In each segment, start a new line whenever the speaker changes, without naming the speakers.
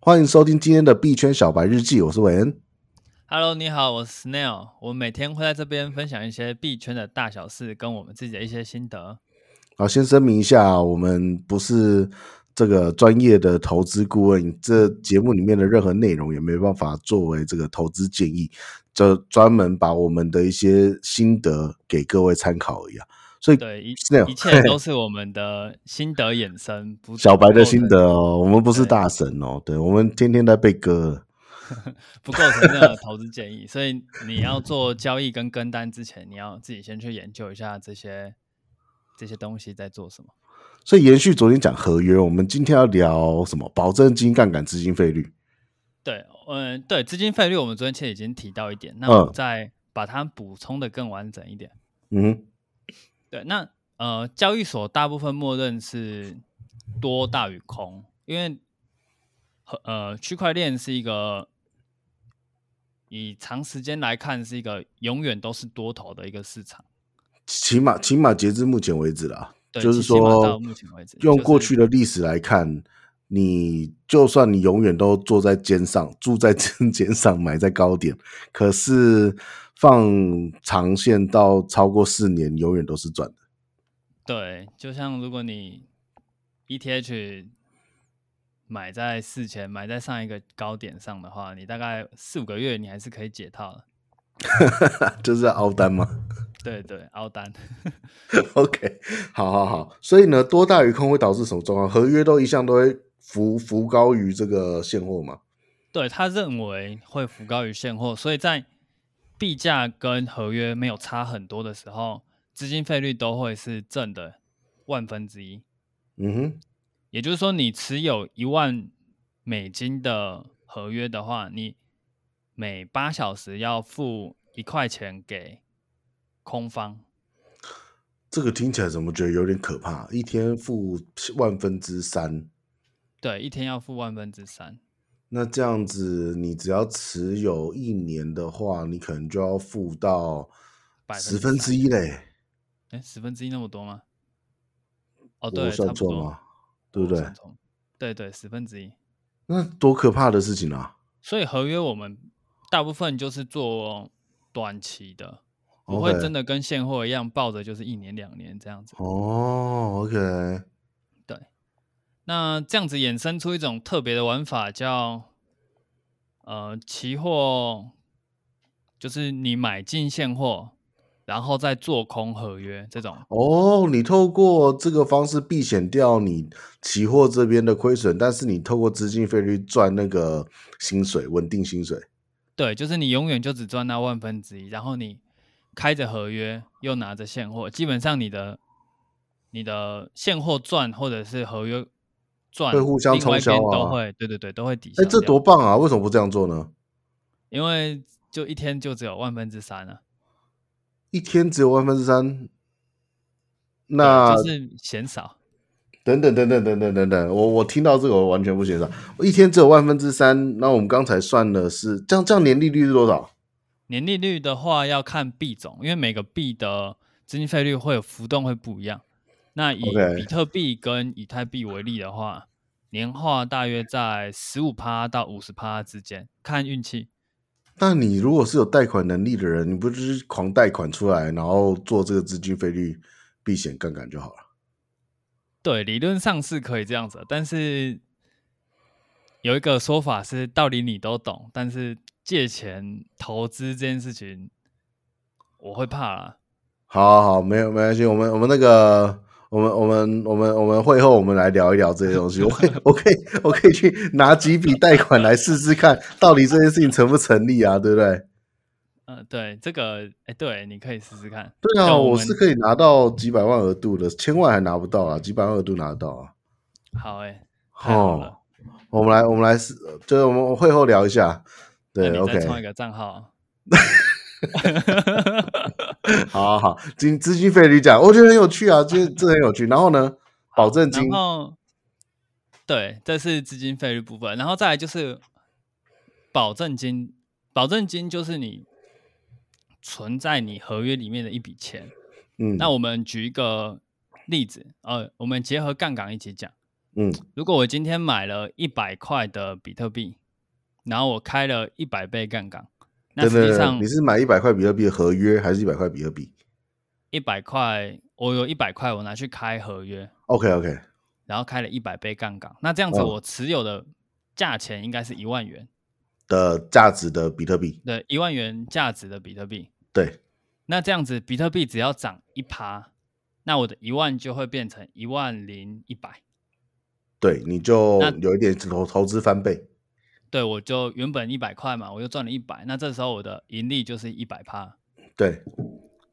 欢迎收听今天的币圈小白日记，我是韦恩。
Hello，你好，我是 Snail。我每天会在这边分享一些币圈的大小事，跟我们自己的一些心得。
好，先声明一下，我们不是这个专业的投资顾问，这节目里面的任何内容也没办法作为这个投资建议，就专门把我们的一些心得给各位参考啊一样。所以
对，一
Snail，
一切都是我们的心得衍生，不
小白的心
不构
得哦，我们不是
对
大神哦，对我们天天在被割。
成 不构成任何投资建议。 所以你要做交易跟跟单之前，你要自己先去研究一下这些这些东西在做什么。
所以延续昨天讲合约，我们今天要聊什么？保证金、杠杆、资金费率。
对，嗯，对，资金费率我们昨天其实已经提到一点，那
嗯
我再把它补充的更完整一点。
嗯哼，
对，那呃，交易所大部分默认是多大于空，因为和呃，区块链是一个以长时间来看是一个永远都是多头的一个市场。
起码起码截至目前为止啦，
对
就是
起起码
说
到目前为止
用
就是
过去的历史来看，你就算你永远都坐在肩上，住在肩 肩上，买在高点，可是放长线到超过四年，永远都是赚的。
对，就像如果你 ETH 买在四千，买在上一个高点上的话，你大概四五个月你还是可以解套的。
就是要凹单吗
对对，凹单。
？OK，好好好，所以呢，多大于空会导致什么状况？合约都一向都会浮浮高于这个现货嘛？
对他认为会浮高于现货，所以在币价跟合约没有差很多的时候，资金费率都会是正的万分之一。
嗯哼，
也就是说，你持有一万美金的合约的话，你每八小时要付一块钱给空方。
这个听起来怎么觉得有点可怕？一天付万分之三。
对，一天要付万分之三。
那这样子，你只要持有一年的话，你可能就要付到十分之一嘞。
哎，十分之一那么多吗？哦，
我
对，差
算
不
错
多
吗，？对不
我
对
算？错？对对，十分之一。
那多可怕的事情啊！
所以合约我们大部分就是做短期的，不会
OK
真的跟现货一样抱着就是一年两年这样子。
哦，OK，
那这样子衍生出一种特别的玩法叫，呃，期货，就是你买进现货，然后再做空合约这种。
哦，你透过这个方式避险掉你期货这边的亏损，但是你透过资金费率赚那个薪水，稳定薪水。
对，就是你永远就只赚那万分之一，然后你开着合约又拿着现货，基本上你的你的现货赚或者是合约赚，
会互相
另外一
冲
边
销啊
都会，对对对，都会抵消
哎，
掉。
这多棒啊！为什么不这样做呢？
因为就一天就只有万分之三啊，
一天只有万分之三，
对
那
就是嫌少。
等等等等等等等等，我我听到这个我完全不协商。我一天只有万分之三，那我们刚才算了是这样，这样年利率是多少？
年利率的话要看币种，因为每个币的资金费率会有浮动，会不一样。那以
OK
比特币跟以太币为例的话，年化大约在十五趴到五十趴之间，看运气。
那你如果是有贷款能力的人，你不就是狂贷款出来，然后做这个资金费率避险杠杆就好了？
对，理论上是可以这样子的，但是有一个说法是，道理你都懂，但是借钱投资这件事情，我会怕啦。
好好，好，没有没关系，我们我们那个，我们我们我们我们会后我们来聊一聊这些东西。我可以我可以我可以去拿几笔贷款来试试看，到底这件事情成不成立啊？对不对？
呃，对，这个，哎，对，你可以试试看。
对啊，
就
我
我
是
们
可以拿到几百万额度的，千万还拿不到啊，几百万额度拿得到啊。
好哎，太好
哦
了，，
我们来，我们来试，就是我们会后聊一下。
那
对
你再创一
，OK，
个账 号。
好好好，金资金费率讲，我觉得很有趣啊，这这很有趣。然后呢，保证金
然，后，对，这是资金费率部分，然后再来就是保证金，保证金就是你存在你合约里面的一笔钱。
嗯，
那我们举一个例子，呃，我们结合杠杆一起讲。
嗯
如果我今天买了一百块的比特币，然后我开了一百倍杠杆，那
等
实际
等，
上
你是买一百块比特币的合约，还是一百块比特币
一百块，我有一百块，我拿去开合约，
？OK OK，
然后开了一百倍杠杆，那这样子
嗯
我持有的价钱应该是一万元，
的价值的比特币，
对，一万元价值的比特币。
对，
那这样子，比特币只要涨一趴，那我的一万就会变成一万零一百。
对，你就
那
有一点投投资翻倍，
对，我就原本一百块嘛，我又赚了一百，那这时候我的盈利就是一百趴。
对，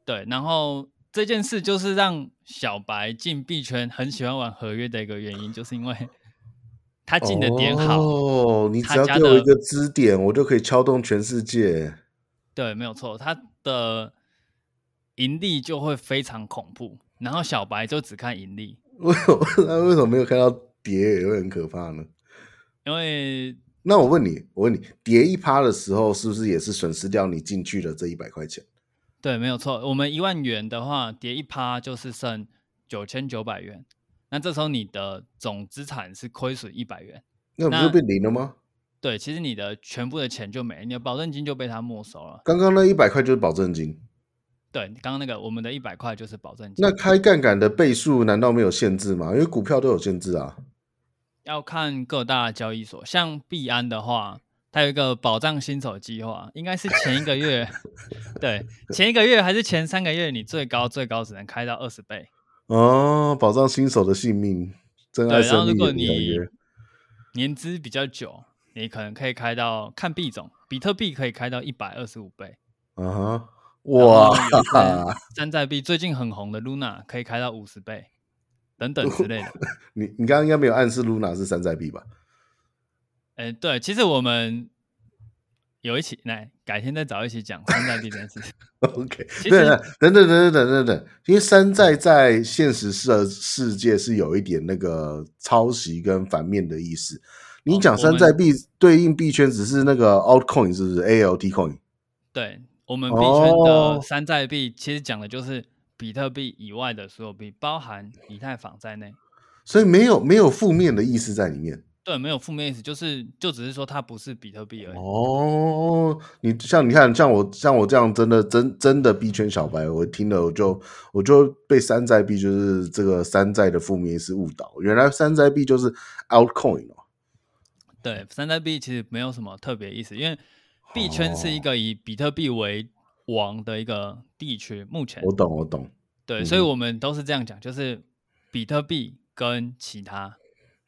对，然后这件事就是让小白进币圈很喜欢玩合约的一个原因，就是因为他进的点好，
哦，你
他
只要
家
给我一
的
个支点，我就可以撬动全世界。
对，没有错，他的盈利就会非常恐怖。然后小白就只看盈利，
为什么那为什么没有看到跌也会很可怕呢？
因为
那我问你，我问你，跌一趴的时候，是不是也是损失掉你进去的这一百块钱？
对，没有错。我们一万元的话，跌一趴就是剩九千九百元。那这时候你的总资产是亏损一百元，
那不
那
就变零了吗？
对，其实你的全部的钱就没了，你的保证金就被他没收了。
刚刚那一百块就是保证金，
对，刚刚那个我们的一百块就是保证金
那，开杠杆的倍数难道没有限制吗？因为股票都有限制啊。
要看各大交易所。像币安的话，它有一个保障新手计划，应该是前一个月，对，前一个月还是前三个月，你最高最高只能开到二十倍。
哦，保障新手的性命，真爱
对，然
生
后如
命
果
也比合
你
约。
年资比较久，你可能可以开到看币种，比特币可以开到一百二十五倍。
啊哈，
然后
哇，
有 一些山寨币最近很红的 Luna 可以开到五十倍，等等之 类的。
你你刚刚应该没有暗示 Luna 是山寨币吧？
哎、对，其实我们有一起来，改天再找一起讲山寨币这件事情。
OK，
其
对
实
等等等等等等等，因为山寨在现实世世界是有一点那个抄袭跟反面的意思。你
哦
讲
我
山
们
寨币对应币圈只是那个 altcoin 是不是 ALT coin？
对我们币圈的
哦
山寨币，其实讲的就是比特币以外的所有币，包含以太坊在内。
所以没有没有负面的意思在里面。
对，没有负面意思，就是就只是说它不是比特币而已。
哦，你像你看，像我像我这样真的真真的币圈小白，我听了我就我就被山寨币就是这个山寨的负面意思误导，原来山寨币就是 altcoin 哦。
对，山寨币其实没有什么特别意思，因为币圈是一
哦
个以比特币为王的一个地区，目前
我懂，我懂。
对，所以
嗯哼
我们都是这样讲，就是比特币跟其他，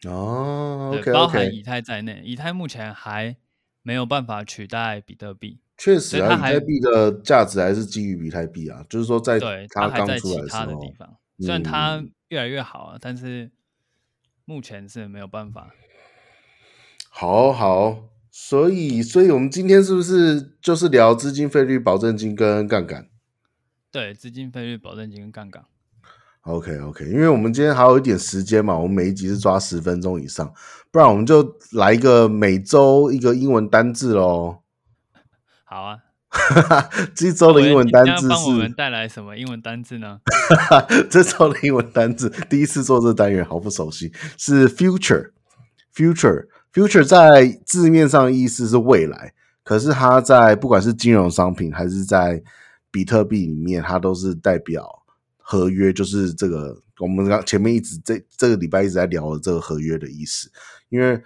哦
对
，OK
包含
OK，
以太在内，以太目前还没有办法取代比特币，
确实
所以它
啊，以
还
太币的价值还是基于比特币啊，就是说在
对，
它
还
刚
在
出
其
来的时
他的地
候，
方，虽然它
嗯
越来越好啊，但是目前是没有办法。
好好，所以所以我们今天是不是就是聊资金费率、保证金跟杠杆
对，资金费率、保证金跟杠杆，
？OK OK，因为我们今天还有一点时间嘛，我们每一集是抓十分钟以上，不然我们就来一个每周一个英文单字喽。
好啊。
这周的英文单字
那帮我们
是，
带来什么英文单字呢？
这周的英文单字第一次做这单元毫不熟悉，是 future。future future 在字面上的意思是未来，可是它在不管是金融商品还是在比特币里面，它都是代表合约，就是这个我们刚前面一直这这个礼拜一直在聊的这个合约的意思，因为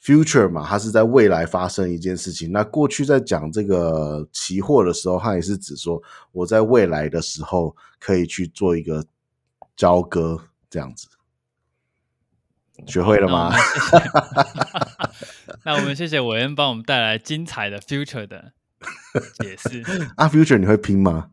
future 嘛，它是在未来发生一件事情。那过去在讲这个期货的时候，它也是指说我在未来的时候可以去做一个交割这样子。学会了
那我
吗
们？谢谢 那我们谢谢韦恩帮我们带来精彩的 future 的解释。
啊，future 你会拼吗？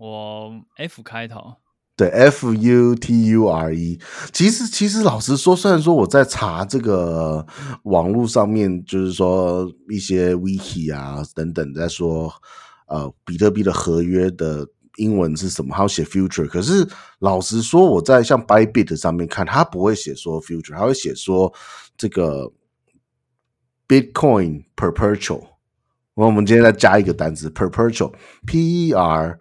我 F 开头，
对，F U T U R E。其实，其实老实说，虽然说我在查这个网络上面，就是说一些 wiki 啊等等，在说呃比特币的合约的英文是什么，还有写 future。可是老实说，我在像 Bybit 上面看，它不会写说 future，它会写说这个 Bitcoin perpetual。然后我们今天再加一个单词 perpetual，p e r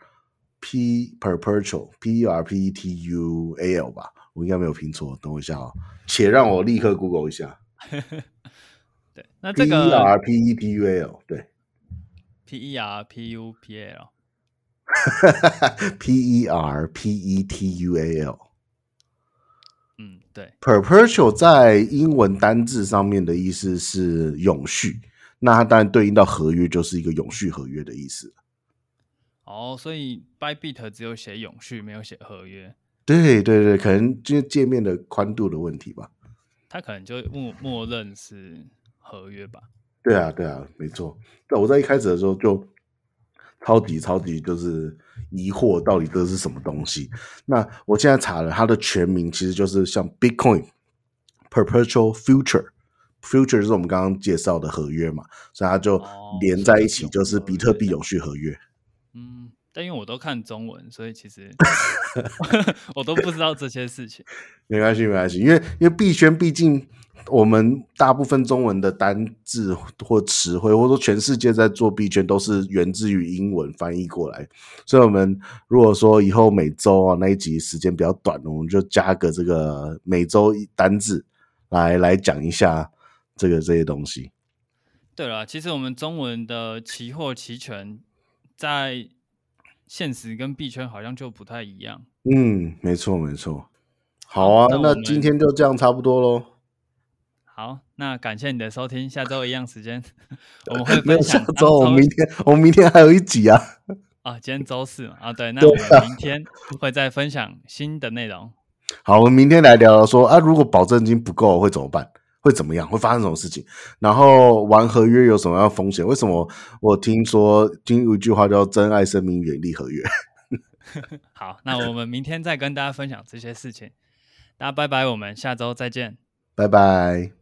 p perpetual p e r p e t u a l 吧，我应该没有拼错，等我一下哦，且让我立刻 Google 一下
对，那
P
这
E
个
R P E P U L 对
P E R P U P A 哦 L，
P E R P E T U A L
嗯，对，
perpetual 在英文单字上面的意思是永续，那它当然对应到合约就是一个永续合约的意思。
哦，所以 Bybit 只有写永续，没有写合约，
对对对，可能就界面的宽度的问题吧。
他可能就默默认是合约吧。
对啊，对啊，没错。但我在一开始的时候就超级超级就是疑惑，到底这是什么东西？那我现在查了，它的全名其实就是像 Bitcoin Perpetual Future。Future 就是我们刚刚介绍的合约嘛，所以它就
哦
连在一起，
所以
就
它是
是
有合约
比特币
的
永续合约。
嗯，但因为我都看中文，所以 其实我都不知道这些事情。
没关系，没关系，因为因为币圈毕竟我们大部分中文的单字或词汇，或者说全世界在做币圈都是源自于英文翻译过来，所以我们如果说以后每周啊那一集时间比较短，我们就加个这个每周一单字来来讲一下这个这些东西。
对了，其实我们中文的期货期权在现实跟币圈好像就不太一样。
嗯，没错，没错。好啊，
那我
那
们
今天就这样差不多喽。
好，那感谢你的收听，下周一样时间我们会
没有
分
下
享
周，我
当
们明天我们明天还有一集啊。
啊，今天周四嘛啊，对，那
对
我们明天会再分享新的内容。
好，我们明天来聊聊说啊，如果保证金不够会怎么办？会怎么样？会发生什么事情？然后玩合约有什么样的风险？为什么我听说听有一句话叫“珍爱生命，远离合约
好，那我们明天再跟大家分享这些事情。大家拜拜，我们下周再见。”？
拜拜。